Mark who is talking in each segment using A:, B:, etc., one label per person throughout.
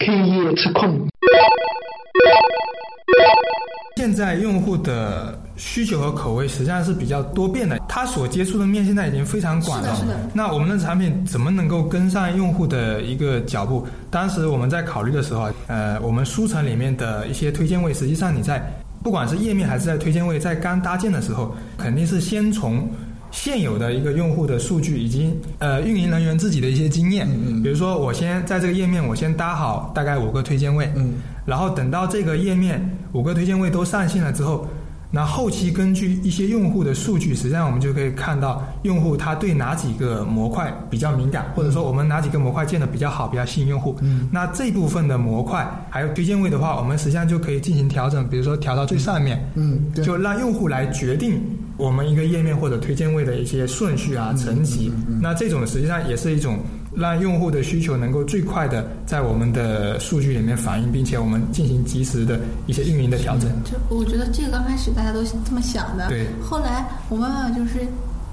A: K 一吃控。
B: 现在用户的需求和口味实际上是比较多变的，他所接触的面现在已经非常广了。
C: 是的是的
B: 那我们的产品怎么能够跟上用户的一个脚步？当时我们在考虑的时候啊，呃，我们书城里面的一些推荐位，实际上你在不管是页面还是在推荐位，在刚搭建的时候，肯定是先从。现有的一个用户的数据，以及呃运营人员自己的一些经验，
C: 嗯
B: 比如说我先在这个页面我先搭好大概五个推荐位，
D: 嗯，
B: 然后等到这个页面五个推荐位都上线了之后，那后期根据一些用户的数据，实际上我们就可以看到用户他对哪几个模块比较敏感，或者说我们哪几个模块建的比较好，比较吸引用户。嗯，那这部分的模块还有推荐位的话，我们实际上就可以进行调整，比如说调到最上面，
D: 嗯对
B: 就让用户来决定我们一个页面或者推荐位的一些顺序啊、层级。那这种实际上也是一种让用户的需求能够最快的在我们的数据里面反映，并且我们进行及时的一些运营的调整。
C: 就我觉得这个刚开始大家都是这么想的，
B: 对
C: 后来我慢慢就是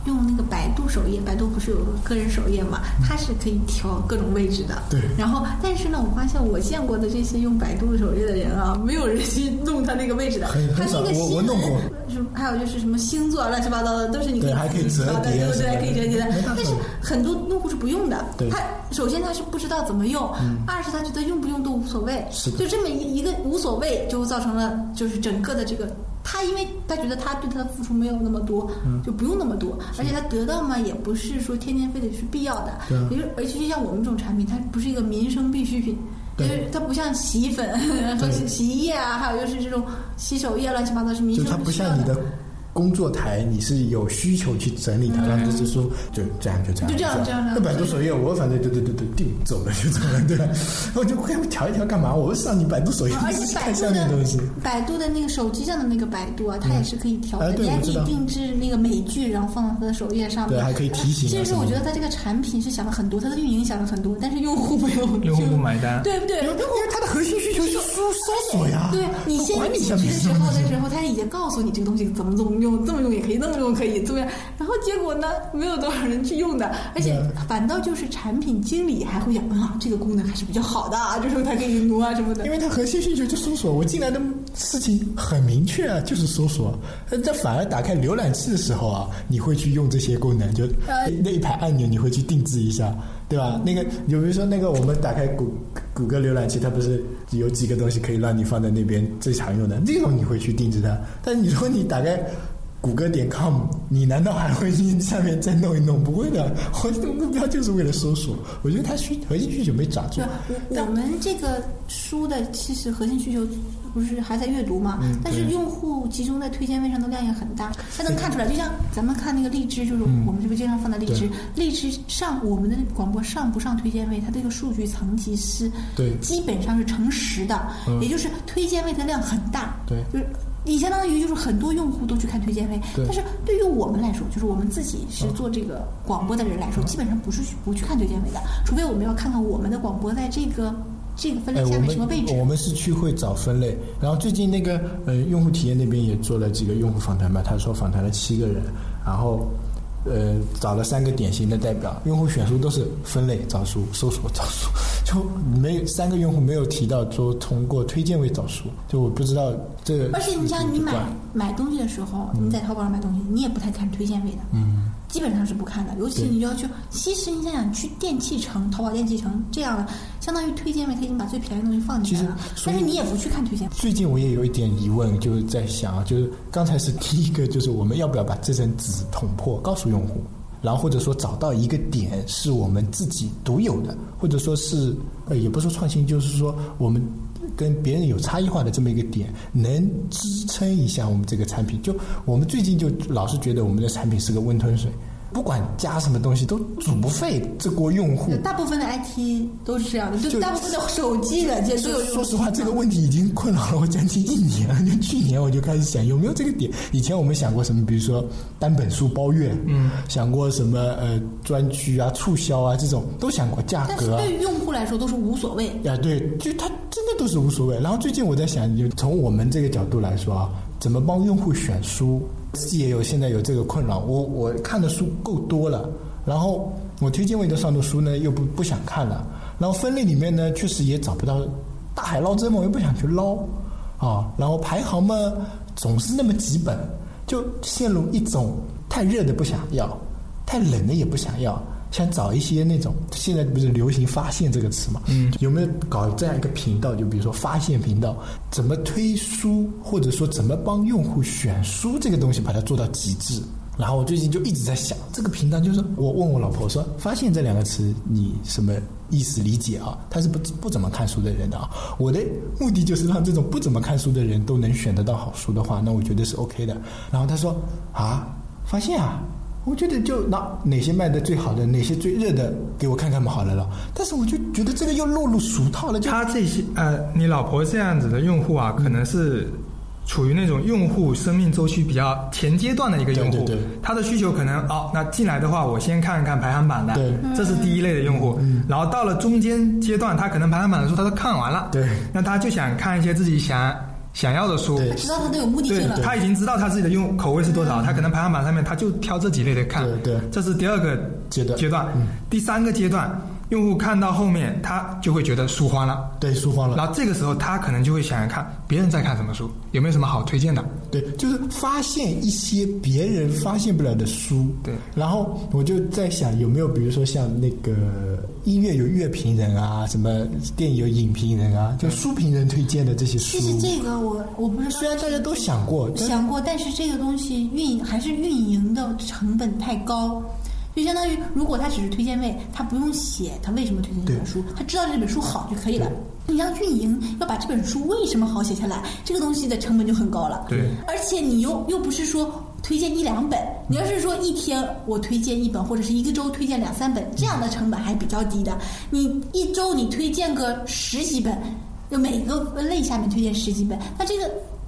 C: 用那个百度首页，百度不是有个个人首页嘛，它是可以调各种位置的。
D: 嗯对
C: 然后，但是呢，我发现我见过的这些用百度首页的人啊，没有人去弄它那个位置的
D: 很，
C: 它
D: 很少
C: 那个
D: 我我
C: 新闻
D: 弄过
C: 什么，还有就是什么星座啊乱七八糟的，都是你
D: 对还可以
C: 自
D: 折
C: 己调的
D: 叠
C: 对不
D: 什么
C: 对？
D: 的
C: 可以折叠的
D: 没办法，
C: 但是很多用户是不用的
D: 对，嗯
C: 他首先他是不知道怎么用，二是他觉得用不用都无所谓，
D: 是的
C: 就这么一一个无所谓，就造成了就是整个的这个他，因为他觉得他对他的付出没有那么多，
D: 嗯
C: 就不用那么多，而且他得到嘛也不是说天天非得是必要的，
D: 对啊
C: 也就是而且就像我们这种产品，它不是一个民生必需品。
D: 对
C: 就是它不像洗衣粉 和洗洗衣液啊，还有就是这种洗手液啊乱七八糟是民
D: 就
C: 生
D: 它不
C: 必须要
D: 像你的工作台，你是有需求去整理它，让这是说就这样就这样
C: 就这样这样
D: 那百度首页我反正对对对对定走了就走了，对吧？我就快调一调干嘛？我上你百度首页
C: 啊而且
D: 是
C: 百
D: 看
C: 度
D: 下面的东西
C: 的。百度的那个手机上的那个百度啊，它也是可以调
D: 哎
C: 的，
D: 对
C: 你还
D: 我
C: 可
D: 知
C: 以
D: 道
C: 定制那个美剧，然后放到它的首页上面。
D: 对还可以提醒啊
C: 这
D: 什
C: 是
D: 么
C: 我
D: 的
C: 觉得它这个产品是想了很多，它的运营想了很多，但是用户没有，
B: 用户不买单
C: 对不对？
D: 因为因为它的核心需求是搜搜索呀，
C: 对你
D: 它
C: 先
D: 管理
C: 进
D: 下
C: 去
D: 面
C: 的
D: 是
C: 时
D: 什
C: 候
D: 么
C: 的时候，他已经告诉你这个东西怎么怎么用，这么用也可以，那么用可以，对不对？然后结果呢，没有多少人去用的，而且反倒就是产品经理还会想啊，这个功能还是比较好的啊，就是它可以挪啊什么的
D: 因。为它核心需求就搜索，我进来的事情很明确啊，就是搜索。呃这反而打开浏览器的时候啊，你会去用这些功能，就哎
C: 呃嗯
D: 那一排按钮你会去定制一下，对吧？那个，你比如说那个我们打开谷谷歌浏览器，它不是有几个东西可以让你放在那边最常用的，那种你会去定制它。但你说你打开。谷歌点 com，你难道还会去下面再弄一弄？不会的，我这个目标就是为了搜索。我觉得它需核心需求没抓住
C: 对，，啊我我们这个书的其实核心需求不是还在阅读嘛？
D: 嗯
C: 但是用户集中在推荐位上的量也很大，他能看出来。就像咱们看那个荔枝，就是我们这边经常放的荔枝
D: 嗯对，
C: 荔枝上我们的广播上不上推荐位，它这个数据层级是
D: 对嗯
C: 基本上是乘十的，也就是推荐位的量很大。
D: 对
C: 就是。你相当于就是很多用户都去看推荐位，
D: 对
C: 但是对于我们来说，就是我们自己是做这个广播的人来
D: 嗯
C: 说，基本上不是去不去看推荐位的，除非我们要看看我们的广播在这个这个分类
D: 哎，
C: 下
D: 我
C: 面什么位
D: 们
C: 置。
D: 我们是去会找分类，然后最近那个呃用户体验那边也做了几个用户访谈嘛，他说访谈了七个人，然后呃找了三个典型的代表，用户选书都是分类找书、搜索找书， 就没有三个用户没有提到说通过推荐位找书，就我不嗯知道这个。
C: 而且你像你买买东西的时候，你在淘宝上买东西，你也不太看推荐位的，嗯，基本上是不看的。尤其
D: 对
C: 你就要去，其实你想想去电器城、淘宝电器城这样的，相当于推荐位，它已经把最便宜的东西放进来了
D: 其，实所
C: 但
D: 以
C: 是你也不去看推荐位。
D: 最近我也有一点疑问，就是在想啊，就是刚才是第一个，就是我们要不要把这层纸捅破，告诉用户，然后或者说找到一个点是我们自己独有的，或者说是呃，也不是说创新，就是说我们跟别人有差异化的这么一个点，能支撑一下我们这个产品。就我们最近就老是觉得我们的产品是个温吞水。不管加什么东西都煮不沸这锅用户，
C: 大部分的 IT 都是这样的，
D: 嗯就
C: 就大部分的手机软件都有这种
D: 说实话，这个问题已经困扰了我将近一年了。就去年我就开始想有没有这个点。以前我们想过什么，比如说单本书包月，嗯，想过什么呃专区啊、促销啊这种都想过，价
C: 但是
D: 格啊。
C: 对于用户来说都是无所谓。
D: 呀，对，就它真的都是无所谓。然后最近我在想，就从我们这个角度来说啊，怎么帮用户选书，自己也有现在有这个困扰。我我看的书够多了，然后我推荐位的上的书呢又不不想看了，然后分类里面呢确实也找不到大海捞针嘛，我又不想去捞啊，然后排行嘛总是那么几本，就陷入一种太热的不想要，太冷的也不想要。想找一些那种现在不是流行“发现”这个词嘛？嗯，有没有搞这样一个频道？就比如说发现频道，怎么推书，或者说怎么帮用户选书这个东西，把它做到极致。然后我最近就一直在想，这个频道就是我问我老婆说“发现”这两个词你什么意思理解啊？她是不不怎么看书的人的啊。我的目的就是让这种不怎么看书的人都能选得到好书的话，那我觉得是 OK 的。然后她说啊，发现啊。我觉得就拿哪些卖的最好的，哪些最热的给我看看嘛，好了了。但是我就觉得这个又落入俗套了。就
B: 他这些呃，你老婆这样子的用户啊，可能是处于那种用户生命周期比较前阶段的一个用户，
D: 对对对
B: 他的需求可能哦，那进来的话，我先看一看排行榜的，
D: 对嗯
B: 这是第一类的用户。然后到了中间阶段，他可能排行榜的书他都看完了，
D: 对
B: 那他就想看一些自己想想要的书，
D: 对嗯
C: 知道他都有目的性了。
B: 他已经知道他自己的用口味是多少，他可能排行榜上面他就挑这几类的看。
D: 对对
B: 这是第二个
D: 阶段嗯
B: 阶段，第三个阶段，用户看到后面他就会觉得书荒了，
D: 对书荒了，
B: 然后这个时候他可能就会想想看别人在看什么书，有没有什么好推荐的。
D: 对，就是发现一些别人发现不了的书。
B: 对
D: 然后我就在想，有没有比如说像那个音乐有乐评人啊，什么电影有影评人啊，就书评人推荐的这些书
C: 其，实这个我我不是
D: 虽然大家都想过，但
C: 想过，但是这个东西运营还是运营的成本太高。就相当于，如果他只是推荐位，他不用写他为什么推荐这本书，他知道这本书好就可以了。你要运营，要把这本书为什么好写下来，这个东西的成本就很高了。
B: 对
C: 而且你又又不是说推荐一两本，
D: 嗯
C: 你要是说一天我推荐一本，或者是一个周推荐两三本，这样的成本还比较低的。你一周你推荐个十几本，就每个类下面推荐十几本，那这个。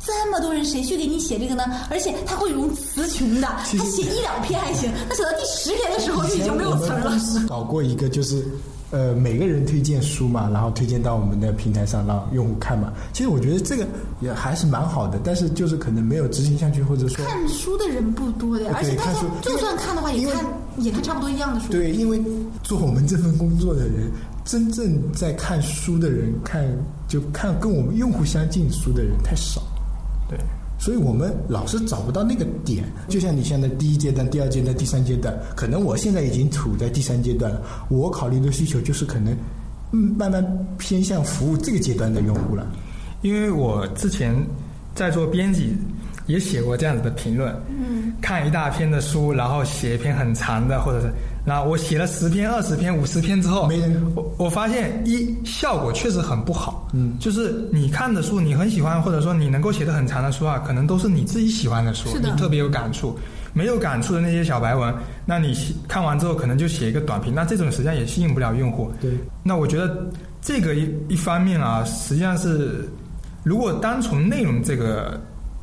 C: 这么多人，谁去给你写这个呢？而且他会容词穷的，
D: 其
C: 他
D: 实
C: 写一两篇还行，他写到第十篇的时候
D: 以
C: 就已
D: 前
C: 经没有
D: 我
C: 词
D: 们
C: 儿了
D: 公。司搞过一个，就是呃，每个人推荐书嘛，然后推荐到我们的平台上让用户看嘛。其实我觉得这个也还是蛮好的，但是就是可能没有执行下去，或者说。
C: 看书的人不多的，
D: 对
C: 而且大家
D: 看书
C: 就算看的话，也
D: 因为
C: 看也看差不多一样的书。
D: 对，因为做我们这份工作的人，真正在看书的人，看就看跟我们用户相近书的人太少。
B: 对，
D: 所以我们老是找不到那个点。就像你现在第一阶段、第二阶段、第三阶段，可能我现在已经处在第三阶段了。我考虑的需求就是可能，嗯，慢慢偏向服务这个阶段的用户了。
B: 因为我之前在做编辑，也写过这样子的评论，嗯，看一大篇的书，然后写一篇很长的，或者是，那我写了十篇、二十篇、五十篇之后，
D: 没人
B: 我我发现一效果确实很不好，嗯，就是你看的书，你很喜欢，或者说你能够写的很长的书啊，可能都是你自己喜欢的书，
C: 是的
B: 你特别有感触。没有感触的那些小白文，那你写看完之后可能就写一个短评，那这种实际上也吸引不了用户。
D: 对，
B: 那我觉得这个一一方面啊，实际上是如果单从内容这个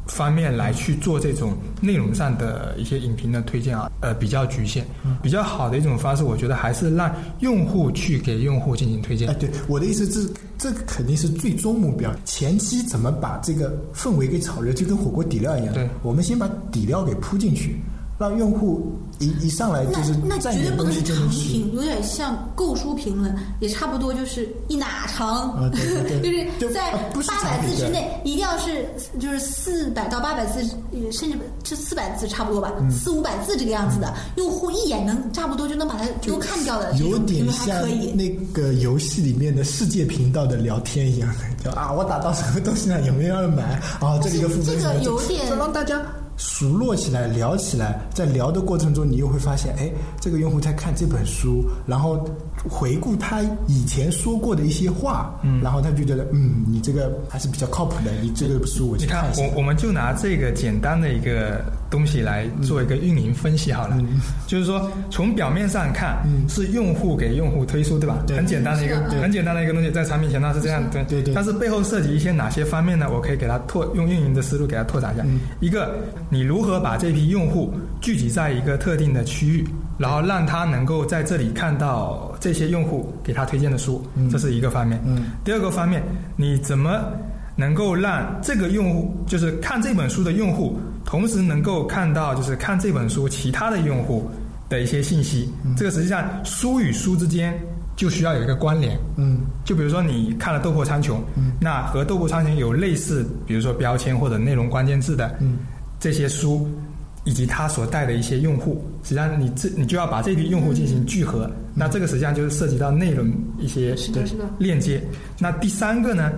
B: 方面来去做这种内容上的一些影评的推荐啊，呃，比较局限。比较好的一种方式，我觉得还是让用户去给用户进行推荐
D: 哎，。对，我的意思是，这个肯定是最终目标。前期怎么把这个氛围给炒热，就跟火锅底料一样。
B: 对
D: 我们先把底料给铺进去，让用户一一上来就是
C: 那那
D: 蘸
C: 绝对
D: 点
C: 不
D: 东
C: 能
D: 西
C: 是
D: 就
C: 长
D: 能吃。
C: 评，有点像购书评论，也差不多就是一哪长，
D: 啊对对对
C: 就是在
D: 就啊不是
C: 八
D: 长
C: 百
D: 评
C: 字之
D: 对
C: 内，一定要是就是四百到八百字，呃甚至是四百字差不多吧，
D: 嗯
C: 四五百字这个样子的，用户一眼能差不多就能把它都看掉的，
D: 有点
C: 还
D: 像
C: 可以。
D: 那个游戏里面的世界频道的聊天一样的，就啊，我打到什么东西了，有没有人买？啊，这里有副本
C: 这
D: 什么
C: 个
D: 的，
C: 有点
D: 就让大家熟络起来，聊起来，在聊的过程中，你又会发现，哎，这个用户在看这本书，然后回顾他以前说过的一些话，嗯，然后他就觉得，嗯，你这个还是比较靠谱的，你这个书我
B: 你
D: 去
B: 看
D: 一，下
B: 我。我们就拿这个简单的一个东西来做一个运营分析好了，
D: 嗯
B: 就是说从表面上看、是用户给用户推出，对吧？
D: 对
B: 很简单的一个
C: 是的
B: 很简单的一个东西，在产品前端是这样对
D: 对对
B: 但是背后涉及一些哪些方面呢？我可以给它拓用运营的思路给它拓展一下。
D: 嗯
B: 一个，你如何把这批用户聚集在一个特定的区域，然后让他能够在这里看到这些用户给他推荐的书，这是一个方面。
D: 嗯
B: 第二个方面，你怎么能够让这个用户，就是看这本书的用户，同时能够看到就是看这本书其他的用户的一些信息。这个实际上书与书之间就需要有一个关联。
D: 嗯
B: 就比如说你看了《斗破苍穹》，
D: 嗯
B: 那和《斗破苍穹》有类似，比如说标签或者内容关键字的
D: 嗯
B: 这些书，以及它所带的一些用户，实际上你这你就要把这批用户进行聚合。
D: 嗯
B: 那这个实际上就是涉及到内容一些
C: 是的，是的，
B: 链接。那第三个呢，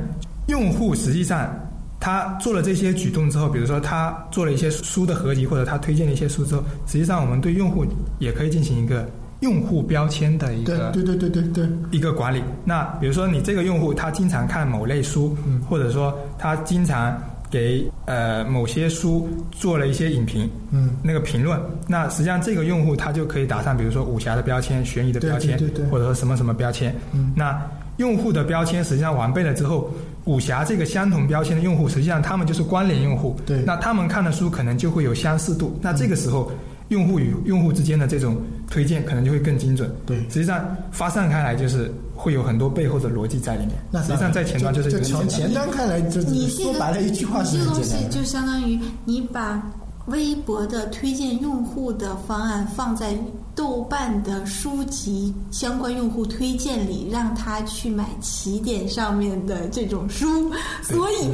B: 用户实际上他做了这些举动之后，比如说他做了一些书的合集，或者他推荐了一些书之后，实际上我们对用户也可以进行一个用户标签的一
D: 对
B: 个
D: 对对对对对，
B: 一个管理。那比如说你这个用户他经常看某类书，
D: 嗯
B: 或者说他经常给呃某些书做了一些影评。
D: 嗯
B: 那个评论，那实际上这个用户他就可以打上，比如说武侠的标签、悬疑的标签，
D: 对对对对
B: 或者说什么什么标签。
D: 嗯
B: 那用户的标签实际上完备了之后，武侠这个相同标签的用户，实际上他们就是关联用户。
D: 对
B: 那他们看的书可能就会有相似度。那这个时候，用户与用户之间的这种推荐可能就会更精准。
D: 对。
B: 实际上发散开来就是会有很多背后的逻辑在里面。
D: 那
B: 实际上在前端就是一
D: 就
B: 个
D: 从
B: 简单
D: 前端看来，就
C: 你
D: 是
C: 这
D: 说
C: 个
D: 白了一句话是
C: 你这
D: 很
C: 个东
D: 简
C: 西
D: 单的。
C: 就相当于你把微博的推荐用户的方案放在豆瓣的书籍相关用户推荐里，让他去买起点上面的这种书，所以。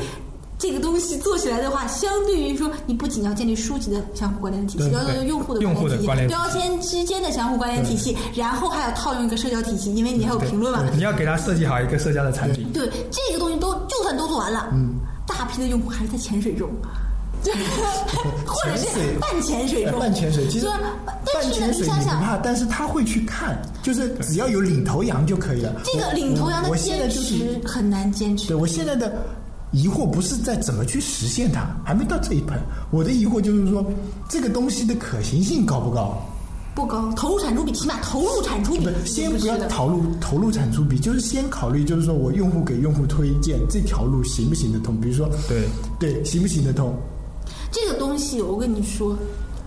C: 这个东西做起来的话，相对于说，你不仅要建立书籍的相互关联体系，
D: 对
C: 要有用户的
B: 用户的关联体系
C: 标签之间的相互关联体系，然后还要套用一个社交体系，因为你还有评论嘛，
B: 你要给他设计好一个社交的产品。
C: 对，这个东西都就算都做完了，
D: 嗯
C: 大批的用户还是在潜水中， 对，或者
D: 潜水哎
C: 是半潜水中，
D: 半潜水，其实
C: 对啊但
D: 半
C: 是呢，
D: 潜
C: 你
D: 水
C: 想
D: 你不
C: 想。
D: 怕，但是他会去看，就是只要有领头羊就可以了。
C: 这个
D: 我
C: 领头羊的
D: 我现在
C: 坚
D: 就是
C: 持很难坚持
D: 对，我现在的疑惑不是在怎么去实现它，还没到这一盆。我的疑惑就是说，这个东西的可行性高不高？
C: 不高，投入产出比起码投入产出比
D: 不，先不
C: 是
D: 要
C: 的
D: 投入投入产出比，就是先考虑，就是说我用户给用户推荐这条路行不行得通？比如说，
B: 对
D: 对，行不行得通？
C: 这个东西，我跟你说，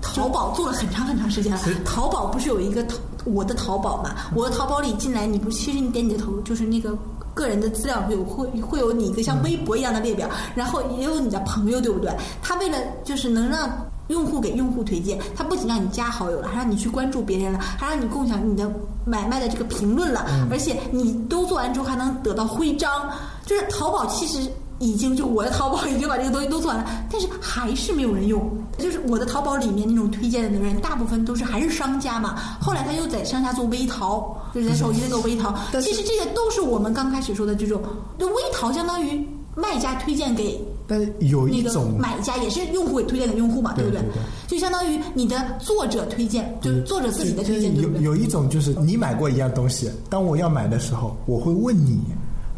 C: 淘宝做了很长很长时间了。淘宝不是有一个淘我的淘宝嘛？我的淘宝里进来，你不其实你点你的头，就是那个个人的资料有会会有你一个像微博一样的列表，然后也有你的朋友，对不对？他为了就是能让。用户给用户推荐，他不仅让你加好友了，还让你去关注别人了，还让你共享你的买卖的这个评论了，而且你都做完之后还能得到徽章，就是淘宝其实已经就我的淘宝已经把这个东西都做完了，但是还是没有人用。就是我的淘宝里面那种推荐的人，大部分都是还是商家嘛。后来他又在商家做微淘，就是在手机那个微淘。
D: 但是
C: 其实这些都是我们刚开始说的这种，就微淘相当于卖家推荐给
D: 但是有
C: 那
D: 一
C: 个
D: 种
C: 买家，也是用户给推荐给用户嘛，
D: 对
C: 不对
D: 对对？
C: 就相当于你的作者推荐，就是作者自己的推荐，
D: 就
C: 对
D: 是
C: 不
D: 有
C: 对？
D: 嗯有一种就是你买过一样东西，当我要买的时候，我会问你，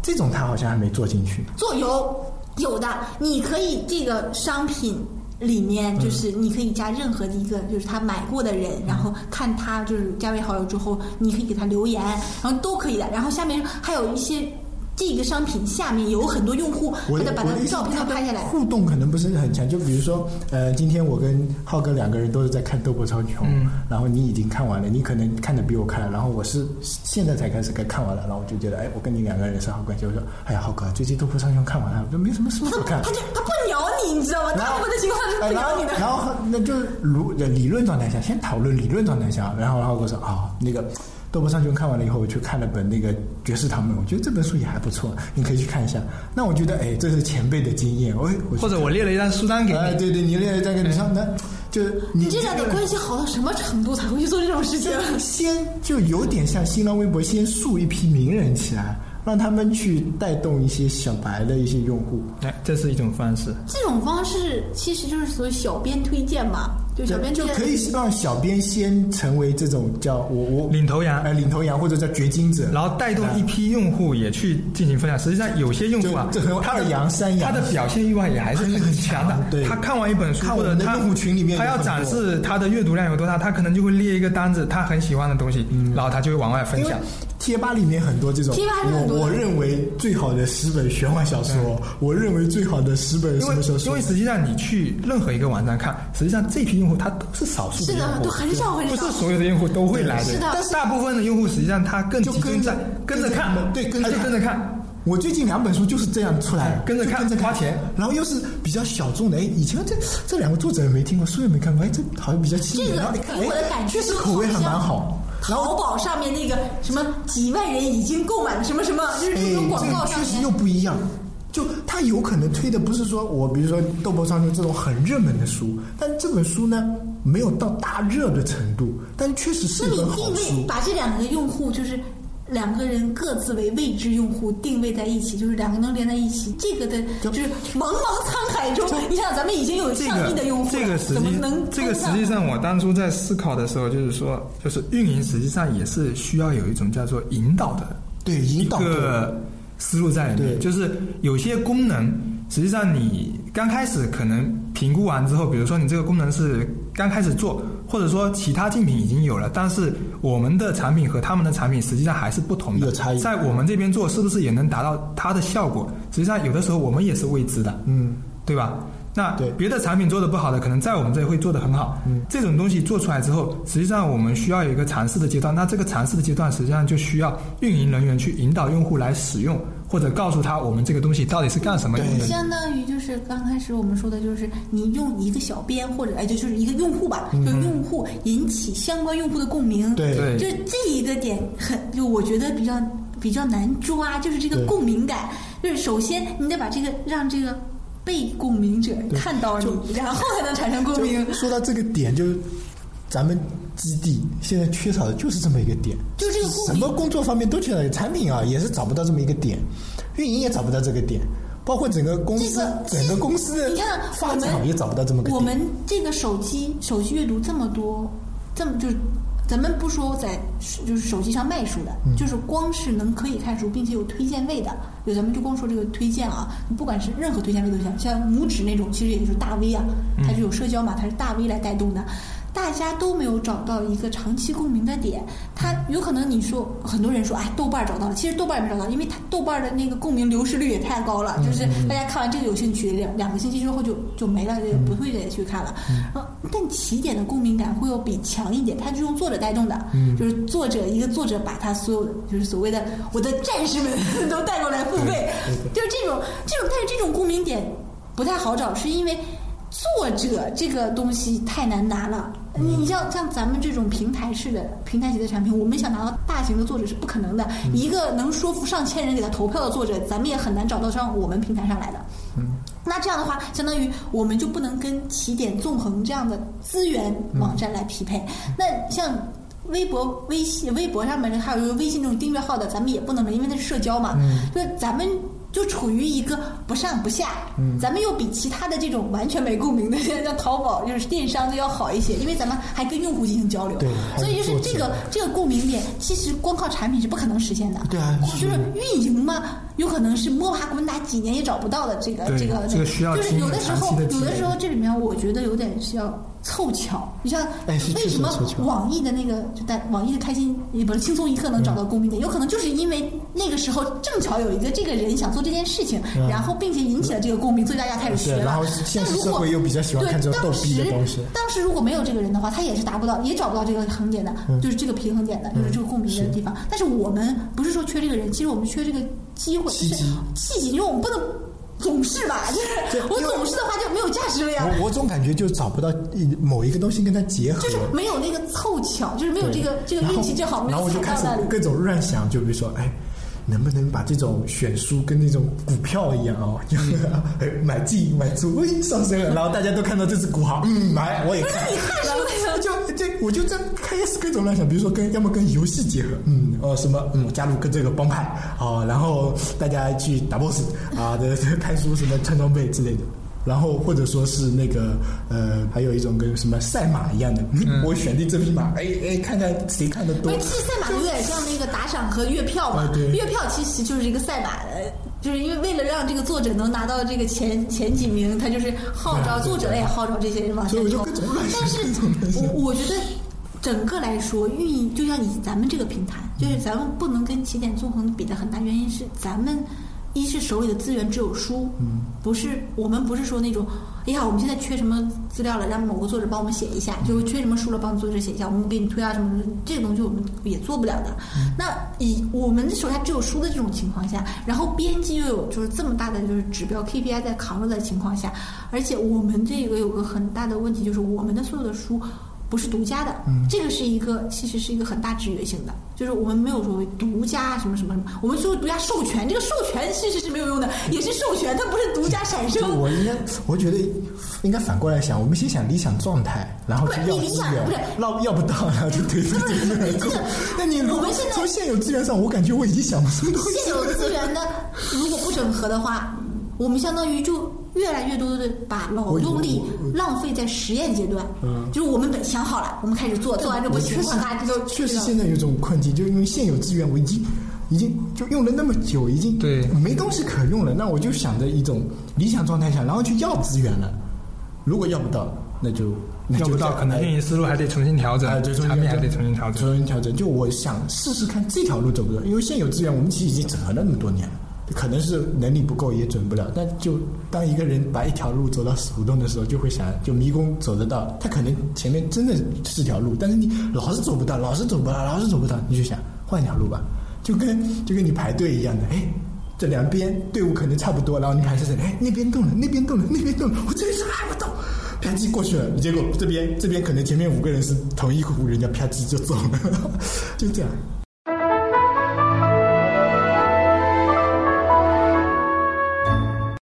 D: 这种他好像还没做进去。
C: 做有有的，你可以这个商品里面就是你可以加任何的一个就是他买过的人，然后看他就是加为好友之后，你可以给他留言，然后都可以的。然后下面还有一些这个商品下面有很多用户，
D: 我
C: 还
D: 的
C: 得把
D: 我
C: 他
D: 的意思
C: 照片
D: 是
C: 都拍下来。
D: 互动可能不是很强。就比如说，呃，今天我跟浩哥两个人都是在看《斗破苍穹》
B: 嗯
D: 然后你已经看完了，你可能看的比我看，然后我是现在才开始看看完了，然后我就觉得，哎，我跟你两个人是好关系。我说，哎呀，浩哥，最近《斗破苍穹》看完了，就没什么事
C: 他
D: 好看
C: 他。就他不鸟你，你知道吗？
D: 然
C: 大
D: 后
C: 部分的情况是
D: 哎
C: 不
D: 然
C: 鸟
D: 后
C: 你的。
D: 然后那就如理论状态下，先讨论理论状态下，然后然后我说啊、那个《斗破苍穹》看完了以后，我去看了本那个《绝世唐门》，我觉得这本书也还不错，你可以去看一下。那我觉得，哎，这是前辈的经验，我我
B: 或者我列了一张书单给
D: 哎，
B: 你，
D: 对对，你列这个，你像那，就是你
C: 你这两个关系好到什么程度才会去做这种事情？
D: 先就有点像新浪微博，先树一批名人起来，让他们去带动一些小白的一些用户。
B: 哎，这是一种方式。
C: 这种方式其实就是所谓小编推荐嘛，就小编
D: 就
C: 推荐
D: 可以让小编先成为这种叫我我
B: 领头羊
D: 哎领头羊或者叫掘金者，哎
B: 然后带动一批用户也去进行分享。实际上，有些用户啊，
D: 呃就这和
B: 他的
D: 二羊三 羊
B: 他的表现欲望也还是很强的
D: 很强。 对
B: 他看完一本书，
D: 看
B: 或
D: 我
B: 者
D: 们的
B: 他
D: 用户群里面有
B: 他要
D: 很多
B: 展示他的阅读量有多大，他可能就会列一个单子，他很喜欢的东西，
D: 嗯
B: 然后他就会往外分
D: 因为
B: 享。
D: 贴吧里面很多这种，
C: 贴吧是很多
D: 我
C: 的
D: 我认为最好的十本玄幻小说，我认为最好的十
B: 嗯
D: 本
B: 因
D: 什
B: 为
D: 么小说，
B: 因为实际上你去任何一个网站看，实际上这批用户他都是少数
C: 是
B: 的用
C: 的，
B: 户
C: 都，很少很
B: 不
C: 少。
B: 是所有的用户都会来
C: 是的
B: 但是大部分的用户实际上他更
D: 就
B: 集中
D: 跟着
B: 在跟着看
D: 跟
B: 他
D: 着，对跟着
B: 就
D: 看
B: 跟着看。
D: 我最近两本书就是这样出来的，
B: 跟着
D: 就
B: 看
D: 跟着
B: 花钱，
D: 然后又是比较小众的。哎，以前这这两个作者也没听过，书也没看过，哎，这好像比较新颖。
C: 这个
D: 然后一看
C: 给我的感
D: 哎，确
C: 觉
D: 实
C: 就
D: 口味还
C: 好像
D: 蛮好。然
C: 淘
D: 后
C: 宝上面那个什么几万人已经购买了什么什么，就是
D: 哎，
C: 那种广
D: 这
C: 告
D: 个
C: 上
D: 确实
C: 面
D: 又。不一样。就它有可能推的不是说我，比如说《斗破苍穹》这种很热门的书，但这本书呢没有到大热的程度，但确实是
C: 那
D: 一
C: 你
D: 本好
C: 定
D: 书
C: 位。把这两个用户就是两个人各自为未知用户定位在一起，就是两个能连在一起，这个的
D: 就
C: 就是茫茫沧海中，你想咱们已经有
B: 这
C: 上亿
B: 个
C: 的用户了，
B: 这个实
C: 怎么
B: 际
C: 能
B: 这个
C: 跟
B: 实
C: 上
B: 际上我当初在思考的时候，就是说，就是运营实际上也是需要有一种叫做引导的
D: 对，引
B: 一
D: 导对
B: 个思路在里
D: 对
B: 面，就是有些功能，实际上你刚开始可能评估完之后，比如说你这个功能是刚开始做，或者说其他竞品已经有了，但是我们的产品和他们的产品实际上还是不同的，
D: 有差异
B: 在我们这边做是不是也能达到它的效果？实际上有的时候我们也是未知的，
D: 嗯，
B: 对吧？那
D: 对
B: 别的产品做的不好的，可能在我们这里会做的很好。嗯，这种东西做出来之后，实际上我们需要有一个尝试的阶段。那这个尝试的阶段，实际上就需要运营人员去引导用户来使用，或者告诉他我们这个东西到底是干什么用的。
C: 相当于就是刚开始我们说的，就是你用一个小编或者哎，就就是一个用户吧，就用户引起相关用户的共鸣。
D: 对
B: 对
C: 就这一个点很，就我觉得比较比较难抓，就是这个
D: 对
C: 共鸣感。就是首先你得把这个让这个被共鸣者看到你，然后才能产生共鸣
D: 就。说到这个点，就咱们基地现在缺少的就是这么一个点，
C: 就这个共鸣
D: 什么工作方面都缺少，产品啊也是找不到这么一个点，运营也找不到这个点，包括整个公司、
C: 这个
D: 整个公司的
C: 你看
D: 发
C: 我
D: 展
C: 们
D: 也找不到这么个点。
C: 我们这个手机手机阅读这么多，这么就是。咱们不说在就是手机上卖书的，
D: 嗯
C: 就是光是能可以看书并且有推荐位的，就咱们就光说这个推荐啊，你不管是任何推荐位都行，像拇指那种其实也就是大 V 啊，它是有社交嘛，它是大 V 来带动的，大家都没有找到一个长期共鸣的点。它有可能你说很多人说哎豆瓣儿找到了，其实豆瓣儿也没找到，因为它豆瓣儿的那个共鸣流失率也太高了，就是大家看完这个有兴趣，两两个星期之后就就没了，就不会再去看了。然后但起点的共鸣感会要比强一点，它是用作者带动的，就是作者一个作者把他所有的就是所谓的我的战士们 都带过来付费，就是这种这种，但是这种共鸣点不太好找，是因为。作者这个东西太难拿了，你你像像咱们这种平台式的平台级的产品，我们想拿到大型的作者是不可能的。一个能说服上千人给他投票的作者，咱们也很难找到上我们平台上来的。那这样的话，相当于我们就不能跟起点、纵横这样的资源网站来匹配。
D: 嗯
C: 那像微博、微信、微博上面的，还有就是微信这种订阅号的，咱们也不能，因为那是社交嘛。
D: 嗯
C: 就咱们就处于一个不上不下。
D: 嗯
C: 咱们又比其他的这种完全没共鸣的，像淘宝就是电商的要好一些，因为咱们还跟用户进行交流。
D: 对
C: 所以就是
D: 还有作者
C: 这个这个共鸣点，其实光靠产品是不可能实现的。
D: 对啊
C: 光就是运营嘛，有可能是摸爬滚打几年也找不到的这个
B: 对
C: 这个
B: 这个需要
C: 就是有的时候
B: 经营长期的积
C: 有
B: 累
C: 的时候这里面我觉得有点是要凑巧，你像
D: 哎是
C: 为
D: 确实
C: 什么
D: 要凑巧
C: 网易的那个就在网易的开心也不是轻松一刻能找到
D: 嗯
C: 共鸣点，有可能就是因为那个时候正巧有一个这个人想做这件事情，
D: 嗯
C: 然后并且引起了这个共鸣，所以大家开始学
D: 对
C: 了。
D: 然后
C: 但
D: 现实
C: 如
D: 社
C: 果
D: 会又比较喜欢
C: 对
D: 看这种逗逼的东西
C: 当时当时如果没有这个人的话，他也是达不到，也找不到这个衡点的，
D: 嗯
C: 就是这个平衡点的，就是这个共鸣的地方。但是我们不是说缺这个人，其实我们缺这个机会，
D: 契
C: 是
D: 机
C: 契机，因为我们不能总是吧，就是
D: 对
C: 我
D: 因为
C: 总是的话就没有价值了呀。
D: 我我总感觉就找不到一某一个东西跟它结合，
C: 就是没有那个凑巧，就是没有
D: 对
C: 这个这个
D: 然后
C: 运气正好没
D: 然后
C: 有
D: 我就
C: 踩
D: 开
C: 到
D: 始
C: 那里。
D: 各种乱想，就比如说，哎，能不能把这种选书跟那种股票一样哦，就是
C: 嗯
D: 哎 买进买出，喂上升了，然后大家都看到这只股好，嗯，买我也看。
C: 你看什么 呀？
D: 就就我就在开始各种乱想，比如说跟要么跟游戏结合，嗯，哦什么，嗯，加入跟这个帮派啊、然后大家去打 boss 啊，这这 看书什么穿装备之类的，然后或者说是那个呃，还有一种跟什么赛马一样的，嗯、我选定这匹马，哎哎，看看谁看的
C: 不
D: 多
C: 是，，其实赛马有点像那个打赏和月票嘛
D: 啊。对
C: 月票其实就是一个赛马的，就是因为为了让这个作者能拿到这个前前几名，他就是号召
D: 对啊
C: 作者也号召这些人往
D: 所以
C: 前
D: 我就各
C: 冲
D: 种乱。想
C: 但是
D: 各种乱想
C: 我我觉得。整个来说，运营就像以咱们这个平台，就是咱们不能跟起点纵横比的很大原因是咱们一是手里的资源只有书，嗯，不是我们不是说那种，哎呀，我们现在缺什么资料了，让某个作者帮我们写一下，就是缺什么书了，帮作者写一下，我们给你推啊什么什么，这个东西我们也做不了的。那以我们手下只有书的这种情况下，然后编辑又有就是这么大的就是指标 KPI 在扛着的情况下，而且我们这个有个很大的问题就是我们的所有的书。不是独家的，
D: 嗯
C: 这个是一个其实是一个很大制约性的，就是我们没有说独家什么什么什么，我们说独家授权，这个授权其实是没有用的，也是授权，它不是独家产
D: 就
C: 生。
D: 我应该，我觉得应该反过来想，我们先想理想状态，然后去要
C: 不是理
D: 资
C: 想
D: 源
C: 不是，
D: 要要不到，然后就推出这些人
C: 不
D: 工
C: 是。
D: 那你如
C: 我
D: 果
C: 们现在
D: 从现有资源上，我感觉我已经想不出东西
C: 现有资源的如果不整合的话，我们相当于就越来越多的把劳动力
D: 我我
C: 浪费在实验阶段。
D: 嗯
C: 就是我们本想好了，我们开始做，做完之后不
D: 我
C: 行
D: 哎确
C: 的
D: 实
C: 话，大家就
D: 确
C: 知
D: 实
C: 道
D: 现在有一种困境，就是因为现有资源我已经已经就用了那么久，已经
B: 对
D: 没东西可用了，那我就想着一种理想状态下，然后去要资源了。如果要不到，那就那就
B: 要
D: 哎
B: 不到
D: 再
B: 可能运营思路还得重新调整
D: 啊，对，，
B: 产品还得重新调整。
D: 重新调整。就我想试试看这条路走不走，因为现有资源我们其实已经整合了那么多年了，可能是能力不够也准不了。但就当一个人把一条路走到死胡同的时候，就会想，就迷宫走得到，他可能前面真的是条路，但是你老是走不到，老是走不到，老是走不到，你就想换一条路吧，就跟就跟你排队一样的，哎。这两边队伍可能差不多，然后你排在这里，哎，那边动了，那边动了，那边动了，我这边怎么还不动？啪叽过去了，结 果这边这边可能前面五个人是同一户人家，啪叽就走了，就这样。